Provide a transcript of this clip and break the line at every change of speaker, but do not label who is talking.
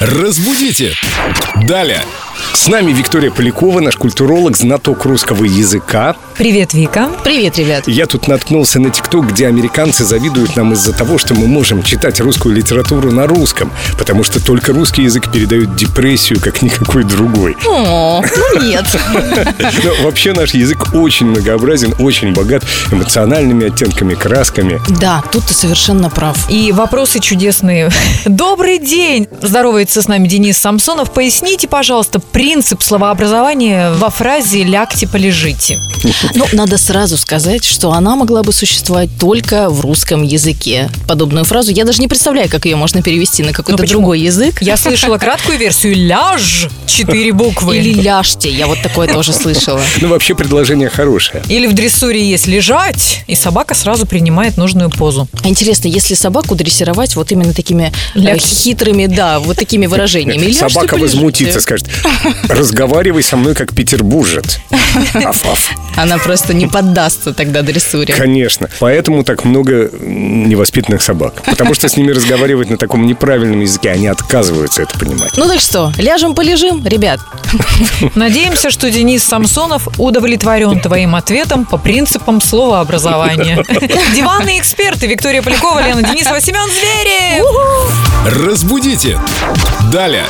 Разбудите! Далее! С нами Виктория Полякова, наш культуролог, знаток русского языка.
Привет, Вика.
Привет, ребят.
Я тут наткнулся на ТикТок, где американцы завидуют нам из-за того, что мы можем читать русскую литературу на русском, потому что только русский язык передает депрессию, как никакой другой.
О, ну нет.
Но вообще наш язык очень многообразен, очень богат эмоциональными оттенками, красками.
Да, тут ты совершенно прав.
И вопросы чудесные. Добрый день! Здоровается с нами Денис Самсонов. Поясните, пожалуйста, принцип словообразования во фразе «лягте, полежите».
Но Ну, надо сразу сказать, что она могла бы существовать только в русском языке. Подобную фразу я даже не представляю, как ее можно перевести на какой-то
Ну, почему?
другой язык.
Я слышала краткую версию «ляж» четыре буквы.
Или ляжьте, я вот такое тоже слышала.
Ну, вообще предложение хорошее.
Или в дрессуре есть «лежать», и собака сразу принимает нужную позу.
А Интересно, если собаку дрессировать вот именно такими э,
Ляжьте.
хитрыми, да, вот такими выражениями. ляжьте,
Собака
полежите.
возмутится, скажет, разговаривай со мной как петербуржец. Аф-аф.
Она просто не поддастся тогда дрессуре.
Конечно. Поэтому так много м, невоспитанных собак. Потому что с ними разговаривать на таком неправильном языке, они отказываются это понимать.
Ну так что, ляжем, полежим, ребят.
Надеемся, что Денис Самсонов удовлетворен твоим ответом по принципам словообразования. Диванные эксперты Виктория Полякова, Лена Денисова, Семен Зверев.
Разбудите! Далее!